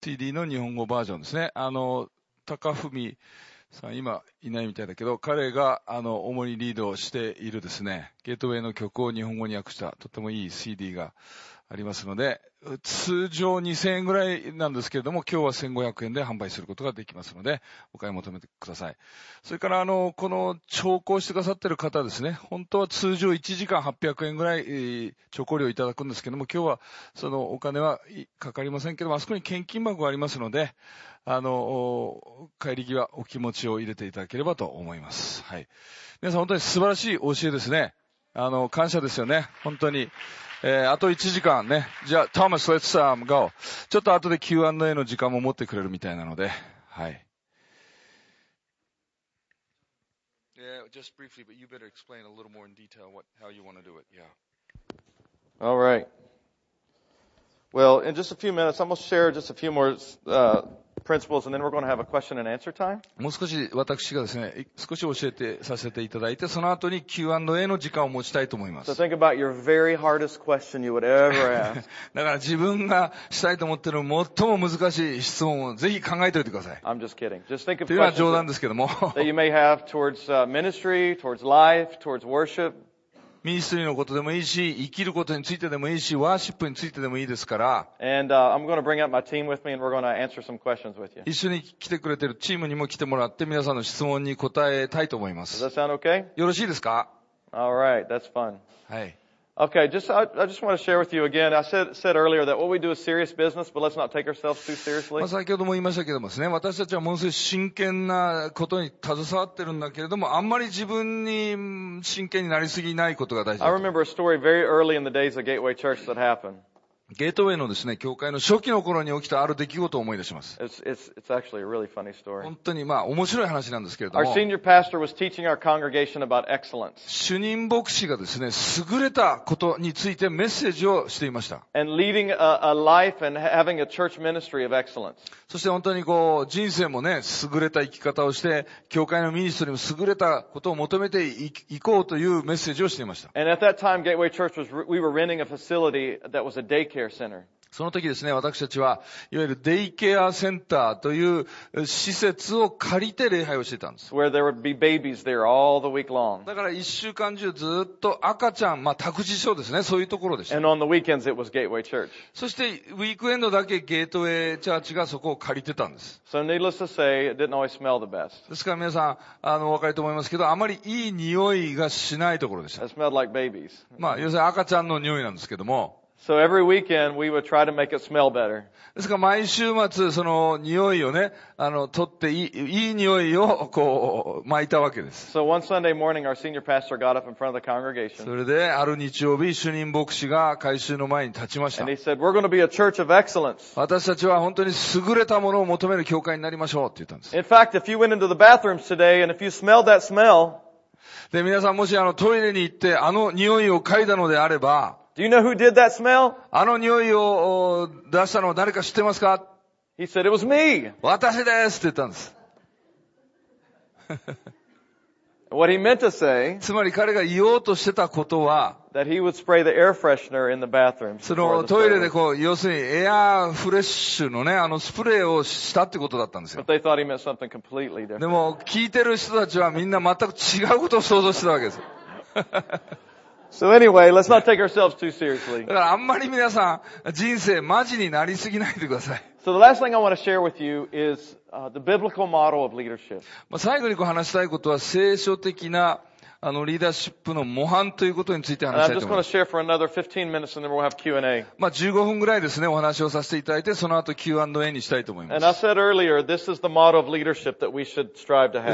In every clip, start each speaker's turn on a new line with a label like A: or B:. A: TD の日本語バージョンですね。あの、高文さん、今いないみたいだけど、彼が、あの、主にリードしているですね、ゲートウェイの曲を日本語に訳した、とってもいい CD がありますので、通常2000円ぐらいなんですけれども、今日は1500円で販売することができますので、お買い求めてください。それから、あの、この、調校してくださってる方ですね、本当は通常1時間800円ぐらい、調校料いただくんですけども、今日は、そのお金はかかりませんけども、あそこに献金箱がありますので、あの、帰り際、お気持ちを入れていただければと思います。はい。皆さん本当に素晴らしい教えですね。あの、感謝ですよね。本当に。えー、あと1時間ね。じゃあ、トーマス、let's、um, go. ちょっと後で Q&A の時間も持ってくれるみたいなので。はい。
B: Yeah, just briefly, but you better explain a little more in detail what, how you want to do it. Yeah.
C: All right. Well, in just a few minutes, I'm going to share just a few more uh, principles and then we're going to have a question and answer time.
A: もう少し私がですね、少し教えてさせていただいて、その後に Q&A の時間を持ちたいと思います。
C: So think about your very hardest question you would ever ask.
A: だから自分がしたいと思っている最も難しい質問をぜひ考えておいてください。
C: I'm just kidding. Just think of
A: というのは冗談ですけども。
C: that you may have towards、uh, ministry, towards life, towards worship.
A: ミニストリーのことでもいいし、生きることについてでもいいし、ワーシップについてでもいいですから。
C: And, uh, I'm going to bring up my team with me and we're going to answer some questions with you.
A: 一緒に来てくれてるチームにも来てもらって、皆さんの質問に答えたいと思います。
C: Does that sound okay?
A: よろしいですか
C: ?Alright, that's fun.
A: はい。
C: Okay, just I, I just want to share with you again. I said said earlier that what we do is serious business, but let's not take ourselves too seriously.
A: まあ先ほども言いましたけどもですね、私たちはものすごい真剣なことに携わってるんだけれども、あんまり自分に真剣になりすぎないことが大事。
C: I remember a story very early in the days of Gateway Church that happened.
A: ゲートウェイのですね、教会の初期の頃に起きたある出来事を思い出します。
C: It's, it's, it's actually a really funny story.
A: 本当にまあ面白い話なんですけれども。
C: Our senior pastor was teaching our congregation about excellence.
A: 主任牧師がですね、優れたことについてメッセージをしていました。
C: And leading a, a life and having a church ministry of excellence.
A: そして本当にこう、人生もね、優れた生き方をして、教会のミニストにも優れたことを求めていいこうというメッセージをしていました。
C: And at that time, Gateway Church was, we were renting a facility that was a daycare
A: その時ですね、私たちは、いわゆるデイケアセンターという施設を借りて礼拝をしていたんです。だから一週間中ずっと赤ちゃん、まあ、託児所ですね、そういうところでした。そして、ウィークエンドだけゲートウェイチャーチがそこを借りてたんです。
C: So、say, です
A: から皆さん、あの、お分かりと思いますけど、あまりいい匂いがしないところでした。
C: Like、
A: まあ、要するに赤ちゃんの匂いなんですけども、
C: So every weekend we would try to make it smell better.
A: ですから毎週末、その匂いをね、あの、取っていい、いい匂いをこう、巻いたわけです。
C: So one Sunday morning our senior pastor got up in front of the congregation.
A: それで、ある日曜日、主任牧師が回収の前に立ちました。
C: And he said, we're going to be a church of excellence.
A: 私たちは本当に優れたものを求める教会になりましょうって言ったんです。
C: In fact, if you went into the bathrooms today and if you smelled that smell,
A: で、皆さんもしあのトイレに行ってあの匂いを嗅いだのであれば、
C: Do you know who did that smell?
A: あの匂いを出したのは誰か知ってますか
C: He said, it was me.
A: 私ですって言ったんです。
C: What he meant to say,
A: つまり彼が言おうとしてたことは、
C: that he would spray the air freshener in the bathroom.
A: そのトイレでこう、要するにエアフレッシュのね、あのスプレーをしたってことだったん ですよ。
C: But they thought he meant something completely different.
A: でも、聞いてる人たちはみんな全く違うことを想像してたわけです。
C: So anyway, let's not take ourselves too seriously.
A: だからあんまり皆さん、人生マジになりすぎないでください。
C: So the last thing I want to share with you is、uh, the biblical model of leadership.
A: 最後にこう話したいことは聖書的なあの、リーダーシップの模範ということについて話したいと思います。
C: We'll、
A: まあ、15分ぐらいですね、お話をさせていただいて、その後 Q&A にしたいと思います。
C: Earlier,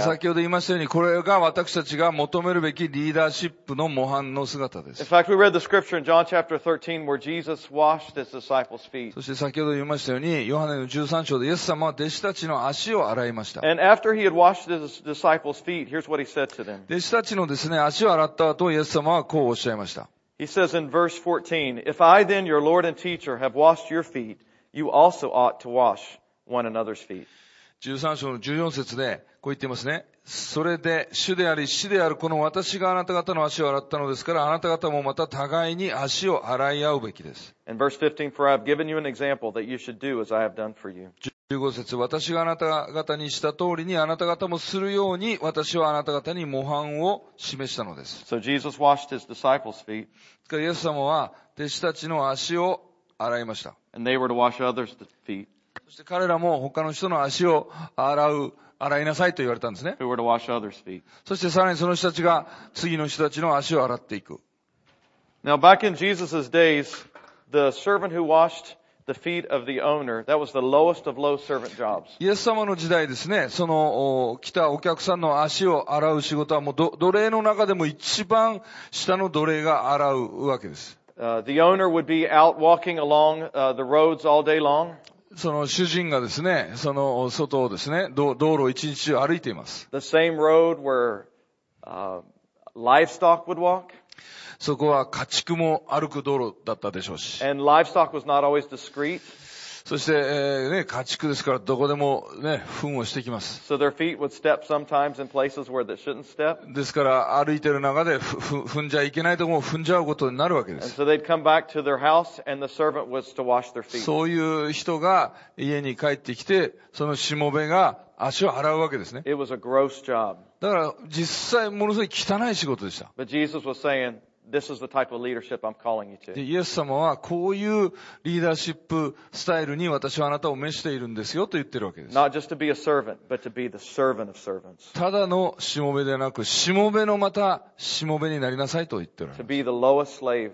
A: 先ほど言いましたように、これが私たちが求めるべきリーダーシップの模範の姿です。
C: Fact, 13,
A: そして先ほど言いましたように、ヨハネの13章でイエス様は弟子たちの足を洗いました。
C: 弟
A: 子たちのですですね、足を洗った後、イエス様はこうおっしゃいました。
C: He says in verse 14, If I then, your Lord and teacher, have washed your feet, you also ought to wash one another's feet.
A: 13章の14節で、こう言っていますね。それで、主であり、死であるこの私があなた方の足を洗ったのですから、あなた方もまた互いに足を洗い合うべきです。
C: In verse 15, for I have given you an example that you should do as I have done for you.
A: 15節私があなた方にした通りにあなた方もするように私はあなた方に模範を示したのです。
C: So Jesus washed his disciples' feet,
A: ですからイエス様は弟子たちの足を洗いました。
C: and they were to wash others' feet,
A: そして彼らも他の人の足を洗う、洗いなさいと言われたんですね。
C: who were to wash others' feet.
A: そしてさらにその人たちが次の人たちの足を洗っていく。
C: Now, back in Jesus' days, the servant who washed the feet of the owner, that was the lowest of low servant jobs.
A: イエス様の時代ですね、その、お来たお客さんの足を洗う仕事はもうど奴隷の中でも一番下の奴隷が洗うわけです。
C: Uh, the owner would be out walking along uh, the roads all day long.
A: その主人がですね、その外をですね、道道路を一日中歩いています。
C: The same road where uh, livestock would walk,
A: そこは家畜も歩く道路だったでしょうし。
C: and livestock was not always discreet,
A: そして、えーね、家畜ですからどこでもね、糞をしてきます。
C: so their feet would step sometimes in places where they shouldn't step.
A: ですから歩いてる中でふふ踏んじゃいけないところを踏んじゃうことになるわけで
C: And
A: す。
C: so they'd come back to their house, and the servant was to wash their feet.
A: そういう人が家に帰ってきて、そのしもべが足を洗うわけですね。
C: It was a gross job.
A: だから実際ものすごい汚い仕事でした。
C: But Jesus was saying, This is the type of leadership I'm calling you
A: で
C: to.
A: イエス様はこういうリーダーシップスタイルに私はあなたを召しているんですよと言ってるわけです。
C: Not just to be a servant, but to be the servant of servants.
A: ただのしもべではなく、しもべのまたしもべになりなさいと言ってるわ
C: To
A: け。
C: be the lowest slave.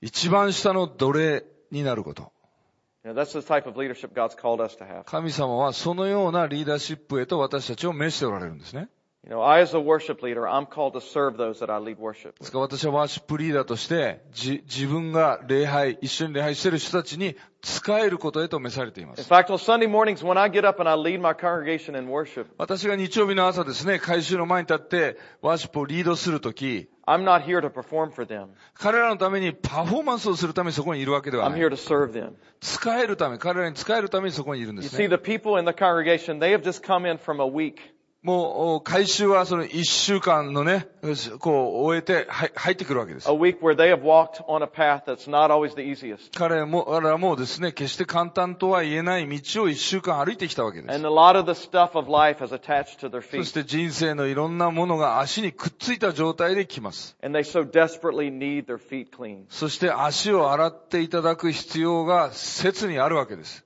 A: 一番下の奴隷になること。
C: You know, that's the type of leadership God's called us to have.
A: 神様はそのようなリーダーシップへと私たちを召しておられるんですね。
C: You know, I as a worship leader, I'm called to serve those that I lead worship.
A: で
C: with.
A: すから私はワーシップリーダーとして、じ、自分が礼拝、一緒に礼拝している人たちに仕えることへと召されていま
C: In
A: す。
C: fact, on Sunday mornings when I get up and I lead my congregation in worship,
A: 私が日曜日の朝ですね、回収の前に立ってワーシップをリードするとき、
C: I'm not here to perform for them.
A: 彼らのためにパフォーマンスをするためにそこにいるわけでは
C: I'm
A: ない。
C: here to serve them.
A: 使えるため、彼らに使えるためにそこにいるんで
C: You
A: す
C: see,
A: ね。
C: the people in the congregation, they have just come in from a week.
A: もう、お回収はその一週間のね、こう、終えて、はい、入ってくるわけです。
C: A week where they have walked on a path that's not always the easiest.
A: 彼も、彼らもですね、決して簡単とは言えない道を一週間歩いてきたわけです。
C: And a lot of the stuff of life is attached to their
A: そし
C: feet.
A: て人生のいろんなものが足にくっついた状態で来ます。
C: And they so desperately need their feet clean.
A: そして足を洗っていただく必要が切にあるわけです。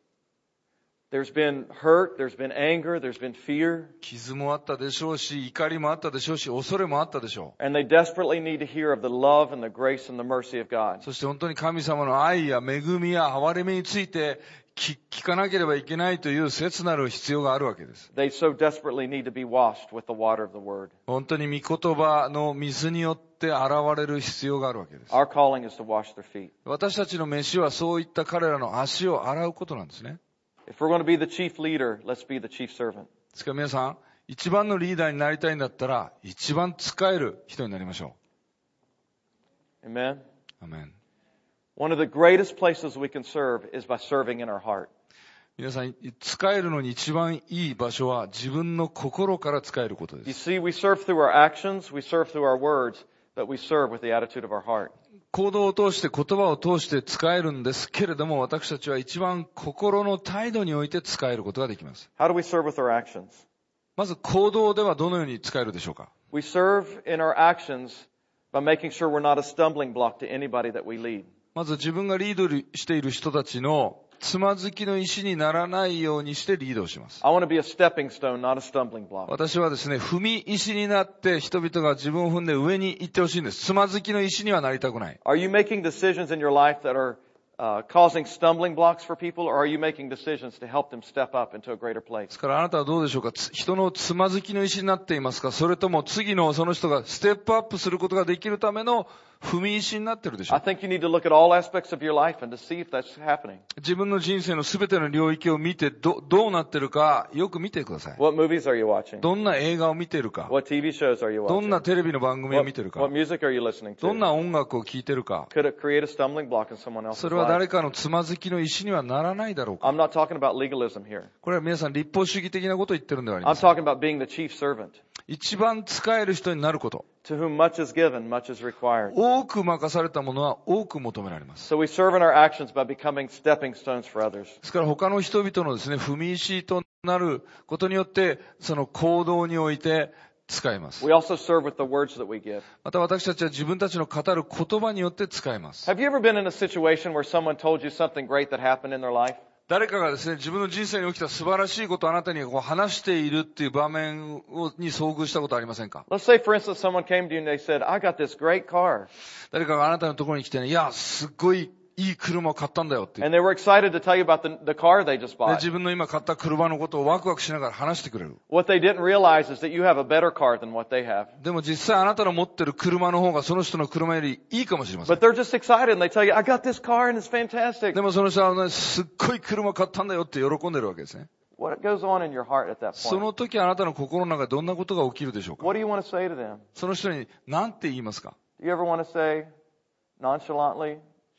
C: There's been hurt, there's been anger, there's been fear,
A: 傷もあったでしょうし、怒りもあったでしょうし、恐れもあったでしょ
C: and they desperately need to hear of the love and the grace and the mercy of God.
A: う。そして本当に神様の愛や恵みや憐れみについて聞聞かなければいけないという切なる必要があるわけです。
C: They so desperately need to be washed with the water of the Word.
A: 本当に御言葉の水によって現れる必要があるわけです。
C: Our calling is to wash their feet.
A: 私たちの飯はそういった彼らの足を洗うことなんですね。
C: If we're going to be the chief leader, let's be the chief servant.
A: ですから皆さん、一番のリーダーになりたいんだったら、一番使える人になりましょ
C: Amen?
A: う。アメン。
C: One of the greatest places we can serve is by serving in our heart.
A: 皆さん、使えるのに一番いい場所は自分の心から使えることで
C: You
A: す。
C: see, we serve through our actions, we serve through our words, but we serve with the attitude of our heart.
A: 行動を通して言葉を通して使えるんですけれども、私たちは一番心の態度において使えることができます。
C: How do we serve with our actions?
A: まず行動ではどのように使えるでしょうか
C: We serve in our actions by making sure we're not a stumbling block to anybody that we lead.
A: まず自分がリードしている人たちのつまずきの石にならないようにしてリードをします。
C: I want to be a stepping stone, not a stumbling block.
A: 私はですね、踏み石になって人々が自分を踏んで上に行ってほしいんです。つまずきの石にはなりたくない。
C: Are you making decisions in your life that are uh, causing stumbling blocks for people, or are you making decisions to help them step up into a greater
A: で
C: place?
A: すからあなたはどうでしょうかつ人のつまずきの石になっていますかそれとも次のその人がステップアップすることができるための踏み石になってるでし
C: I
A: ょ。
C: think you need to look at all aspects of your life and to see if that's happening.
A: 自分の人生の全ての領域を見て、ど、どうなってるか、よく見てください。
C: What movies are you watching?
A: どんな映画を見てるか、
C: What TV shows are you
A: ど
C: watching?
A: んなテレビの番組を
C: What,
A: 見てるか
C: what、music are you listening
A: どんな
C: to?
A: 音楽を聴いてるか、
C: Could it create a stumbling block in someone else's
A: それは
C: life?
A: 誰かのつまずきの石にはならないだろうか。
C: I'm not talking about legalism here.
A: これは皆さん立法主義的なことを言ってるんではありま
C: I'm
A: せん。
C: talking about being the chief servant.
A: 一番使える人になること。
C: To whom much is given, much is required.
A: 多く任されたものは多く求められます。
C: So we serve in our actions by becoming stepping stones for others.
A: ですから他の人々のですね、踏み石となることによって、その行動において使えます。
C: We also serve with the words that we give.
A: また私たちは自分たちの語る言葉によって使えます。
C: Have you ever been in a situation where someone told you something great that happened in their life?
A: 誰かがですね、自分の人生に起きた素晴らしいことをあなたにこう話しているっていう場面をに遭遇したことありませんか
C: Let's say, for instance, someone came to you and they said, I got this great car.
A: 誰かがあなたのところに来てね、いや、すっごいいい車を買ったんだよって言って
C: And they were excited to tell you about the, the car they just
A: で
C: bought.
A: 自分の今買った車のことをワクワクしながら話してくれる。
C: What they didn't realize is that you have a better car than what they have.
A: でも実際あなたの持ってる車の方がその人の車よりいいかもしれません
C: But。they're just excited and they tell you, I got this car and it's fantastic.
A: でもその人はね、すっごい車買ったんだよって喜んでるわけですね。
C: What goes on in your heart at that
A: そ
C: point?
A: の時あなたの心の中でどんなことが起きるでしょうか
C: What do you want to say to them?
A: その人に何て言いますか
C: Do you ever want to say nonchalantly,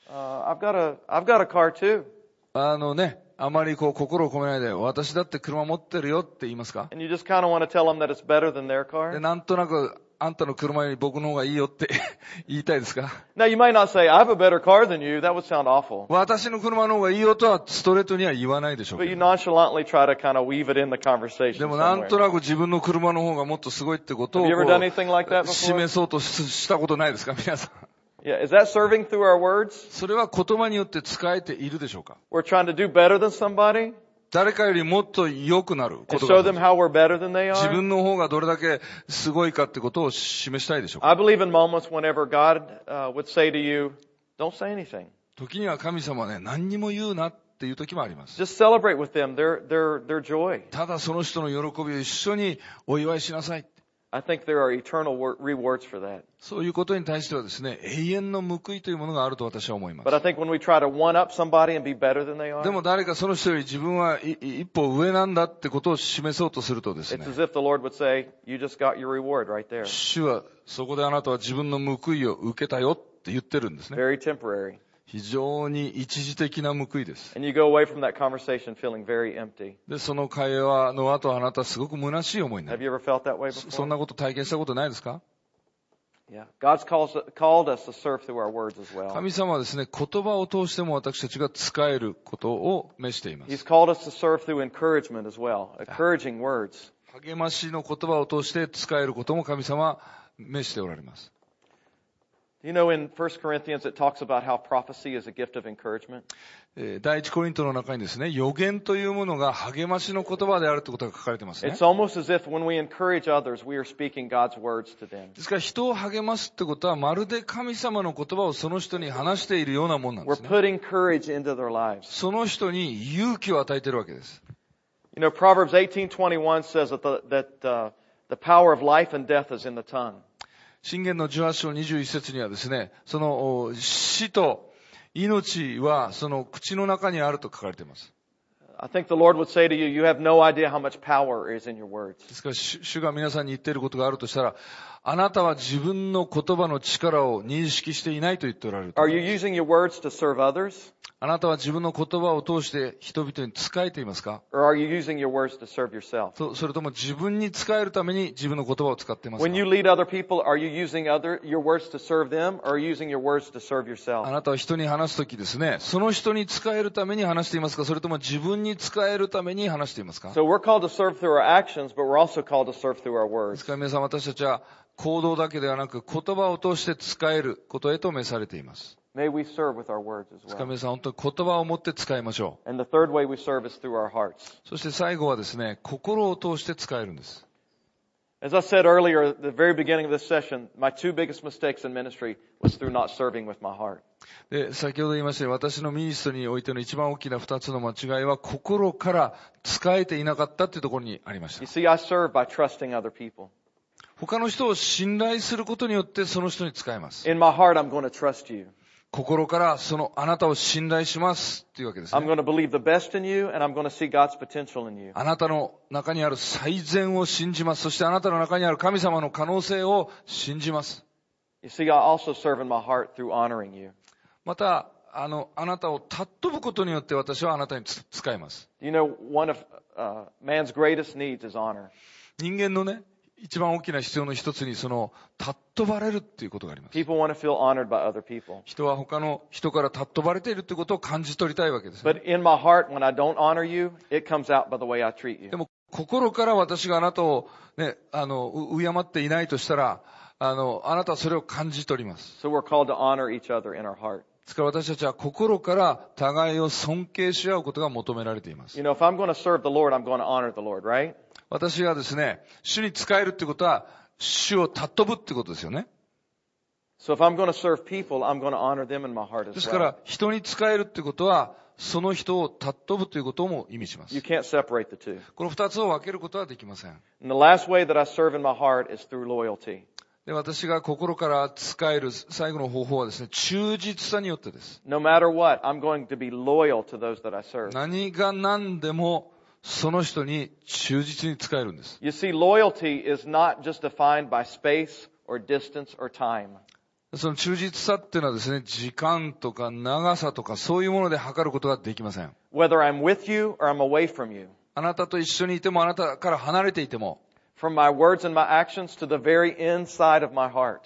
C: uh, I've got a, I've got a car too.
A: あのね、あまりこう心を込めないで、私だって車持ってるよって言いますか
C: And you just kind of want to tell them that it's better than their
A: で
C: car.
A: なんとなく、あんたの車より僕の方がいいよって 言いたいですか
C: Now you might not say, I have a better car than you. That would sound awful.
A: 私の車の方がいいよとはストレートには言わないでしょうけ
C: But
A: ど
C: you nonchalantly try to kind of weave it in the conversation.
A: でもなん
C: somewhere.
A: となく自分の車の方がもっとすごいってことを
C: Have you ever
A: こう
C: done anything like that before?
A: 示そうとししたことないですか皆さん。
C: Yeah, is that serving through our words?
A: それは言葉によって使えているでしょうか
C: We're trying to do better than somebody
A: 誰かよりもっと良くなるこ
C: and
A: と
C: show
A: が
C: them how we're better than they
A: 自
C: are.
A: 分の方がどれだけすごいかってことを示したいでしょうか
C: I believe in moments whenever God uh, would say to you, "Don't say anything.
A: 時には神様はね、何にも言うなっていう時もあります。
C: Just celebrate with them their their their joy."
A: ただその人の喜びを一緒にお祝いしなさい。
C: I think there are eternal wor- rewards for that.
A: そういうことに対してはですね、永遠の報いというものがあると私は思いま
C: But I
A: す。
C: think when we try to one up somebody and be better than they
A: で
C: are,
A: も誰かその人より自分はいい一歩上なんだってことを示そうとするとです
C: it's
A: ね、
C: as if the Lord would say, "You just got your reward right there.
A: 主はそこであなたは自分の報いを受けたよって言ってるんですね。
C: Very temporary."
A: 非常に一時的な報いです。
C: And you go away from that conversation feeling very empty.
A: で、その会話の後あなたはすごく虚しい思いにな
C: Have
A: る。
C: you ever felt that way
A: そそん
C: before?
A: なこと体験したことないですか
C: Yeah. God's calls, called us to serve through our words as well.
A: 神様はですね、言葉を通しても私たちが使えることを召していま
C: He's
A: す。
C: called us to serve through encouragement as well, encouraging words.
A: 励ましの言葉を通して使えることも神様は召しておられます。
C: You know, in 1 Corinthians, it talks about how prophecy is a gift of encouragement.
A: えー第一コリントの中にですね、予言というものが励ましの言葉であるということが書かれてますね
C: It's。almost as if when we encourage others, we are speaking God's words to them.
A: ですから人を励ますってことはまるで神様の言葉をその人に話しているようなもんなんで
C: We're
A: すね。
C: putting courage into their lives.
A: その人に勇気を与えているわけです。
C: You know, Proverbs 18:21 says that the, that uh, the power of life and death is in the tongue.
A: 信玄の18章21節にはですね、そのお死と命はその口の中にあると書かれています。
C: I think the Lord would say to you, you have no idea how much power is in your words.
A: ですから主主が皆さんに言っていることがあるとしたら、あなたは自分の言葉の力を認識していないと言っておられると
C: Are you using your words to serve others
A: あなたは自分の言葉を通して人々に仕えていますか
C: or are you using your words to serve yourself?
A: とそれとも自分に仕えるために自分の言葉を使っていますか
C: When you lead other people, are you using other your words to serve them or are you using your words to serve
A: あ
C: yourself?
A: なたは人に話すときですね、その人に使えるために話していますかそれとも自分に使えるために話していますか
C: So we're called to serve through our actions, but we're also called to serve through our
A: です
C: words.
A: から皆さん私たちは行動だけではなく言葉を通して使えることへと召されています。
C: May we serve with our words as
A: ですから
C: well.
A: 皆さん本当に言葉を持って使いましょ
C: And the third way we serve is through our hearts.
A: う。そして最後はですね、心を通して使えるんです。
C: As I said earlier, at the very beginning of this session, my two biggest mistakes in ministry was through not serving with my heart.
A: で、先ほど言いましたように私のミニストにおいての一番大きな二つの間違いは心から使えていなかったっていうところにありまし
C: You
A: た。
C: see, I serve by trusting other people.
A: 他の人を信頼することによってその人に使えます。
C: In my heart, I'm going to trust you.
A: 心からそのあなたを信頼しますっていうわけです
C: I'm
A: ね。
C: going to believe the best in you, and I'm going to see God's potential in you.
A: あなたの中にある最善を信じます。そしてあなたの中にある神様の可能性を信じます。
C: You see, I also serve in my heart through honoring you.
A: また、あの、あなたを尊ぶことによって私はあなたにつ使えます。
C: You know, one of uh, man's greatest needs is honor.
A: 人間のね、一番大きな必要の一つにその、尊ばれるっていうことがあります。
C: People want to feel honored by other people.
A: 人は他の人から尊ばれているってことを感じ取りたいわけですね、
C: But in my heart, when I don't honor you, it comes out by the way I treat you.
A: でも、心から私があなたをね、あの、う敬っていないとしたら、あの、あなたはそれを感じ取ります。
C: So we're called to honor each other in our heart.
A: ですから私たちは心から互いを尊敬し合うことが求められています。
C: You know, if I'm going to serve the Lord, I'm going to honor the Lord, right?
A: 私がですね、主に仕えるってことは、主を尊ぶってことですよね。
C: So if I'm going to serve people, I'm going to honor them in my heart
A: で
C: as
A: すか
C: well.
A: ら、人に仕えるってことは、その人を尊ぶということも意味しま
C: You
A: す。
C: can't separate the two.
A: この二つを分けることはできません。
C: And the last way that I serve in my heart is through loyalty.
A: で、私が心から仕える最後の方法はですね、忠実さによってです。
C: No matter what, I'm going to be loyal to those that I serve.
A: 何が何でも、その人に忠実に仕えるんです。
C: You see, loyalty is not just defined by space or distance or time.
A: その忠実さっていうのはですね、時間とか長さとかそういうもので測ることができません。
C: Whether I'm with you or I'm away from you.
A: あなたと一緒にいても、あなたから離れていても、
C: From my words and my actions to the very inside of my heart,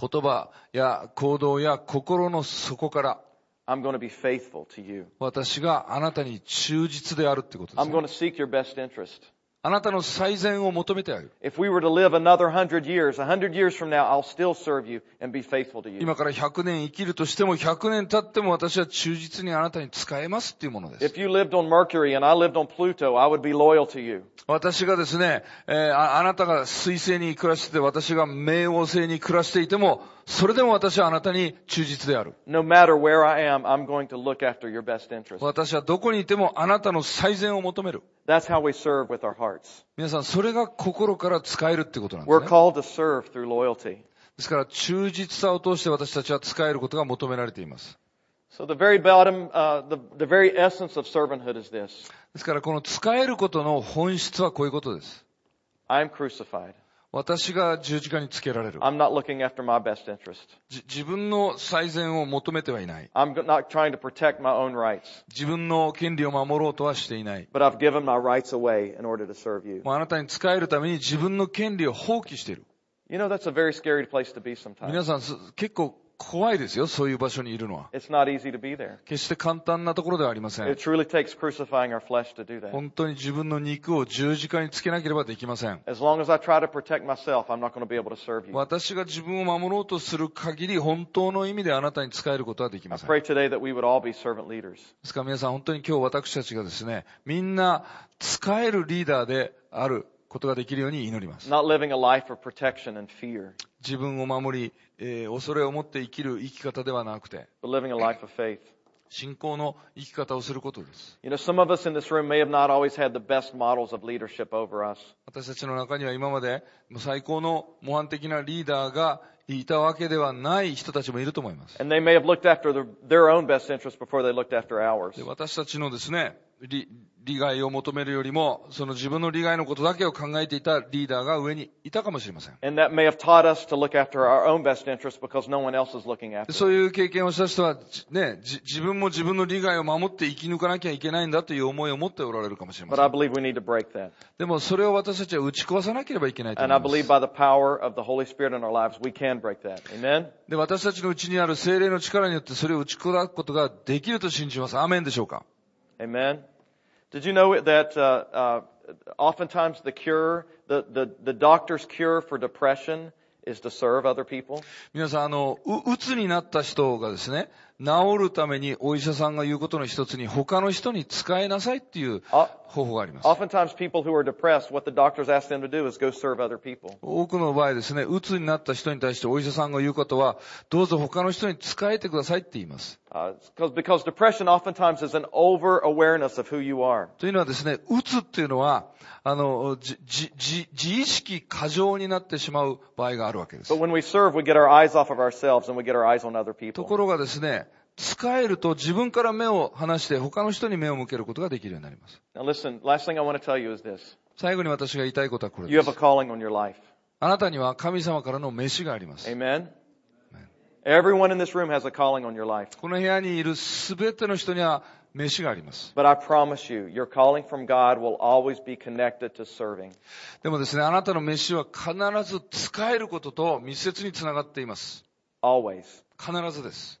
A: 言葉や行動や心の底から
C: I'm going to be faithful to you.
A: 私があなたに忠実であるってことです、
C: I'm
A: ね。
C: going to seek your best interest.
A: あなたの最善を求めてあげる。
C: If we were to live another hundred years, a hundred years from now, I'll still serve you and be faithful to you.
A: 今から100年生きるとしても100年経っても私は忠実にあなたに使えますっていうものです。
C: If you lived on Mercury and I lived on Pluto, I would be loyal to you.
A: 私がですね、えーああなたが水星に暮らしてて私が冥王星に暮らしていても、それでも私はあなたに忠実である。
C: No matter where I am, I'm going to look after your best interest.
A: 私はどこにいてもあなたの最善を求める。
C: That's how we serve with our hearts.
A: 皆さん、それが心から使えるってことなんです、ね。
C: We're called to serve through loyalty.
A: ですから、忠実さを通して私たちは使えることが求められています。
C: So the very bottom, uh, the, the very essence of servanthood is this.
A: ですから、この使えることの本質はこういうことです。
C: I am crucified.
A: 私が十字架につけられる。
C: I'm not looking after my best interest.
A: じ自分の最善を求めてはいない。
C: I'm not trying to protect my own rights,
A: 自分の権利を守ろうとはしていない。
C: but I've given my rights away in order to serve you.
A: もうあなたに使えるために自分の権利を放棄している。
C: You know, that's a very scary place to be sometimes.
A: 皆さん、す結構怖いですよ。そういう場所にいるのは。
C: It's not easy to be there.
A: 決して簡単なところではありません
C: It。truly takes crucifying our flesh to do that.
A: 本当に自分の肉を十字架につけなければできません。
C: As long as I try to protect myself, I'm not going to be able to serve you.
A: 私が自分を守ろうとする限り、本当の意味であなたに仕えることはでき
C: I
A: ません。で
C: pray today that we would all be servant leaders.
A: すから皆さん、本当に今日私たちがですね、みんな使えるリーダーであることができるように祈ります。
C: not living a life of protection and fear,
A: 自分を守り、えー恐れを持って生きる生き方ではなくて、
C: but living a life of faith.
A: 信仰の生き方をすることです。
C: You know, some of us in this room may have not always had the best models of leadership over us.
A: 私たちの中には今までもう最高の模範的なリーダーがいたわけではない人たちもいると思います。
C: And they may have looked after their, their own best interests before they looked after ours.
A: で私たちのですね、利利害を求めるよりも、その自分の利害のことだけを考えていたリーダーが上にいたかもしれません。
C: And that may have taught us to look after our own best interests because no one else is looking
A: で
C: after us.
A: そういう経験をした人は、じね、じ自分も自分の利害を守って生き抜かなきゃいけないんだという思いを持っておられるかもしれま
C: But
A: せ
C: I
A: ん。
C: believe we need to break that.
A: でもそれを私たちは打ち壊さなければいけないと
C: And I
A: 思い
C: believe
A: ます。
C: by the power of the Holy Spirit in our lives, we can break that. Amen?
A: で、私たちのうちにある精霊の力によってそれを打ち砕くことができると信じます。アーメンでしょうか
C: Amen? Did you know that uh, uh, oftentimes the cure, the, the, the doctor's cure for depression is to serve other people?
A: 皆さん、あの、う、うつになった人がですね、治るためにお医者さんが言うことの一つに、他の人に使いなさいっていう
C: あ
A: 方法があります。
C: Oftentimes people who are depressed, what the doctors ask them to do is go serve other people.
A: 多くの場合ですね、うつになった人に対してお医者さんが言うことは、どうぞ他の人に使えてくださいって言います。
C: Uh, it's 'cause- because depression oftentimes is an over awareness of who you are.
A: というのはですね、うつっていうのは、あの、じ、じ、じ自意識過剰になってしまう場合があるわけです
C: But。when we serve, we get our eyes off of ourselves and we get our eyes on other
A: とこ
C: people.
A: ろがですね、使えると自分から目を離して他の人に目を向けることができるようになります。
C: Now listen, last thing I want to tell you is this.
A: 最後に私が言いたいことはこれ
C: You
A: で
C: have a
A: す。
C: calling on your life.
A: あなたには神様からの飯があります。
C: Amen? Everyone in this room has a calling on your life.
A: この部屋にいるすべての人には飯があります。
C: But I promise you, your calling from God will always be connected to serving.
A: でもですね、あなたの飯は必ず使えることと密接につながっています。
C: Always.
A: 必ずです。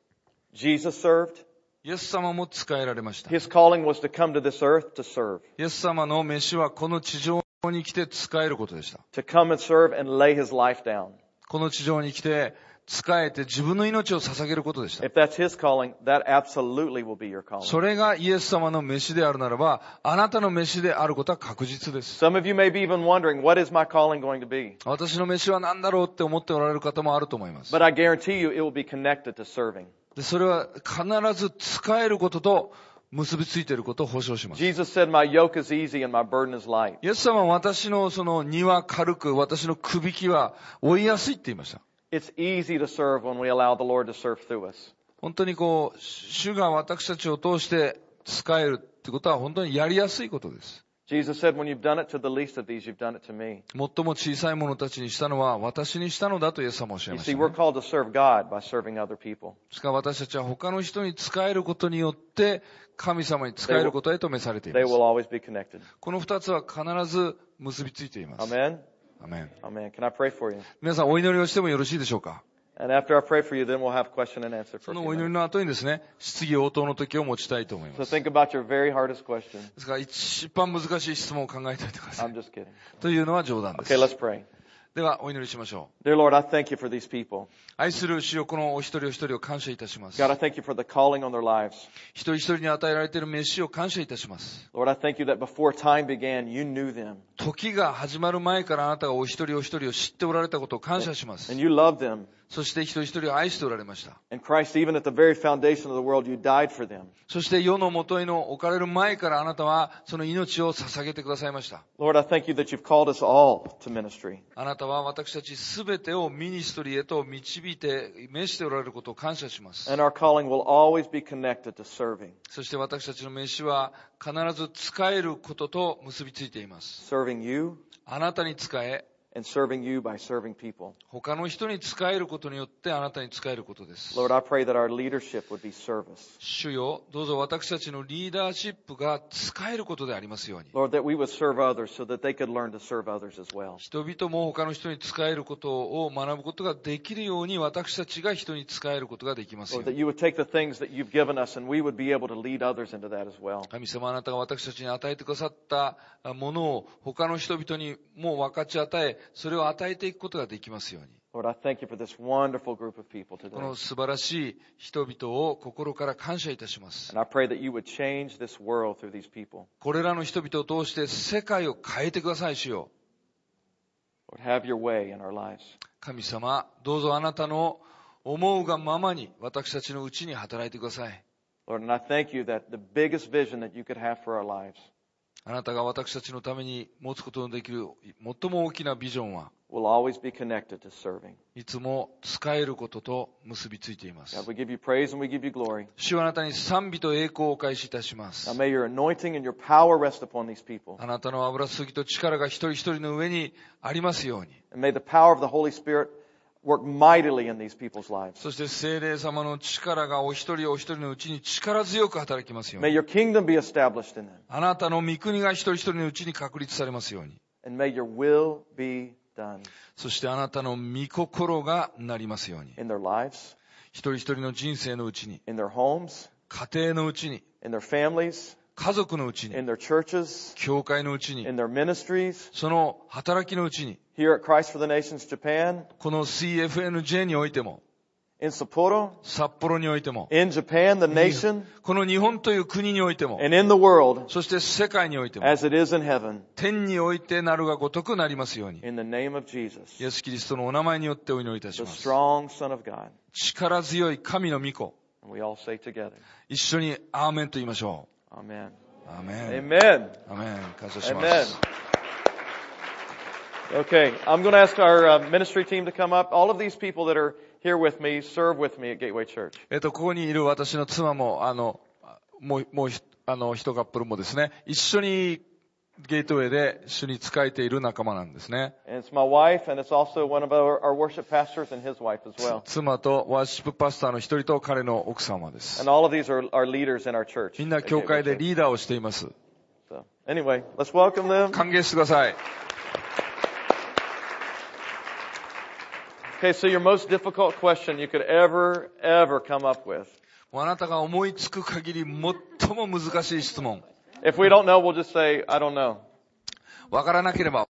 C: Jesus served.
A: イエス様も使えられました。イ
C: His calling was to come to this earth to serve,
A: エス様の飯はこの地上に来て使えることでした。
C: to come and serve and lay his life down.
A: この地上に来て使えて自分の命を捧げることでした。
C: If that's his calling, that absolutely will be your calling.
A: それがイエス様の飯であるならば、あなたの飯であることは確実です。
C: Some of you may be even wondering, what is my calling going to be?
A: 私の飯は何だろうって思っておられる方もあると思います。
C: But I guarantee you it will be connected to serving.
A: でそれは必ず使えることと結びついていることを保証します。イ
C: Jesus said, my yoke is easy and my burden is light.
A: エス様は私のその荷は軽く、私のくびきは追いやすいって言いました。
C: It's easy to serve when we allow the Lord to serve through us.
A: 本当にこう、主が私たちを通して使えるってことは本当にやりやすいことです。
C: Jesus said, when you've done it to the least of these, you've done it to me.
A: 最も小さい者たちにしたのは私にしたのだとイエス様はおっしゃい
C: You
A: ました
C: see,
A: ね、
C: we're called to serve God by serving other people.
A: ですから私たちは他の人に使えることによって神様に使えることへと召されてい
C: They
A: ます
C: will。always be connected.
A: この二つは必ず結びついています。
C: Amen?
A: アメン
C: Amen. Can I pray for you?
A: 皆さんお祈りをしてもよろしいでしょうか
C: And after I pray for you, then we'll have question and answer for
A: そ
C: a
A: の
C: few
A: お祈り
C: minutes.
A: の後にですね、質疑応答の時を持ちたいと思い
C: So
A: ます。で
C: think about your very hardest question.
A: すから一番難しい質問を考えておいてください。
C: I'm just kidding.
A: というのは冗談で
C: Okay,
A: す。
C: let's pray.
A: ではお祈りしましょう。
C: Dear Lord, I thank you for these people.
A: 愛する主よこのお一人お一人を感謝いたします。
C: God, I thank you for the calling on their lives.
A: 一人一人に与えられている飯を感謝いたします。
C: Lord, I thank you that before time began, you knew them
A: 時が始まる前からあなたがお一人お一人を知っておられたことを感謝します
C: and。you loved them.
A: そして一人一人を愛しておられました。
C: And Christ, even at the very foundation of the world, you died for them.
A: そして世の元への置かれる前からあなたはその命を捧げてくださいました。
C: Lord, I thank you that you've called us all to ministry.
A: あなたは私たちすべてをミニストリーへと導いて、召しておられることを感謝します。
C: And our calling will always be connected to serving,
A: そして私たちの飯は必ず使えることと結びついています。
C: serving you
A: あなたに使え、
C: and serving you by serving people.
A: 他の人に使えることによってあなたに使えることです。
C: Lord, I pray that our leadership would be service.
A: 主よ、どうぞ私たちのリーダーシップが使えることでありますように。
C: Lord, that we would serve others so that they could learn to serve others as well.
A: 人々も他の人に使えることを学ぶことができるように私たちが人に使えることができますよ
C: Lord,
A: うに
C: that。you would take the things that you've given us and we would be able to lead others into that as well.
A: 神様あなたが私たちに与えてくださったあものを他の人々にも分かち与え、それを与えていくことができますように。
C: Lord, I thank you for this wonderful group of people today.
A: この素晴らしい人々を心から感謝いたします。
C: And I pray that you would change this world through these people.
A: これらの人々を通して世界を変えてください、主よ。
C: Lord, have your way in our lives.
A: 神様、どうぞあなたの思うがままに私たちのうちに働いてください。
C: Lord, and I thank you that the biggest vision that you could have for our lives
A: あなたが私たちのために持つことのできる最も大きなビジョンは、
C: will always be connected to serving.
A: いつも使えることと結びついています。
C: God, we give you praise and we give you glory.
A: 主はあなたに賛美と栄光をお返しいたしま
C: Now
A: す。
C: may your anointing and your power rest upon these people.
A: あなたの油すぎと力が一人一人の上にありますように。
C: And may the power of the Holy Spirit work mightily in these people's lives.
A: そして聖霊様の力がお一人お一人のうちに力強く働きますよう
C: May
A: に。
C: your kingdom be established in them.
A: あなたの御国が一人一人のうちに確立されますように。
C: And may your will be done
A: そしてあなたの御心がなりますように。
C: in their lives,
A: 一人一人の人生のうちに、
C: in their homes,
A: 家庭のうちに、
C: in their families,
A: 家族のうちに、
C: in their churches,
A: 教会のうちに、
C: in their ministries,
A: その働きのうちに、
C: here at Christ for the Nations Japan,
A: この CFNJ においても、
C: in Sapporo,
A: 札幌においても、
C: in Japan, the nation,
A: この日本という国においても、
C: and in the world,
A: そして世界においても、
C: as it is in heaven,
A: 天においてなるがごとくなりますように。
C: in the name of Jesus,
A: イエス・キリストのお名前によってお祈りいたし
C: the
A: ます。
C: strong Son of God.
A: 力強い神の御子、
C: And we all say together,
A: 一緒にアーメンと言いましょ
C: Amen.
A: う。アーメン。
C: Amen.
A: アーメン。感謝しま
C: Amen.
A: す。
C: Okay, I'm going to ask our uh, ministry team to come up. All of these people that are here with me serve with me at Gateway Church.
A: えっと、ここにいる私の妻も、あの、もう、もうひ、あの、一カップルもですね、一緒にゲートウェイで一緒に仕えている仲間なんですね。
C: And it's my wife, and it's also one of our, our worship pastors and his wife as well.
A: 妻とワーシップパスターの一人と彼の奥様です
C: And。all of these are, are leaders in our church.
A: みんな
C: at
A: 教会
C: Gateway
A: で
C: Church.
A: リーダーをしています。
C: So, anyway, let's welcome them.
A: 歓迎してください。
C: Okay, so your most difficult question you could ever, ever come up with.
A: もうあなたが思いつく限り最も難しい質問。
C: If we don't know, we'll just say, I don't know.
A: わからなければ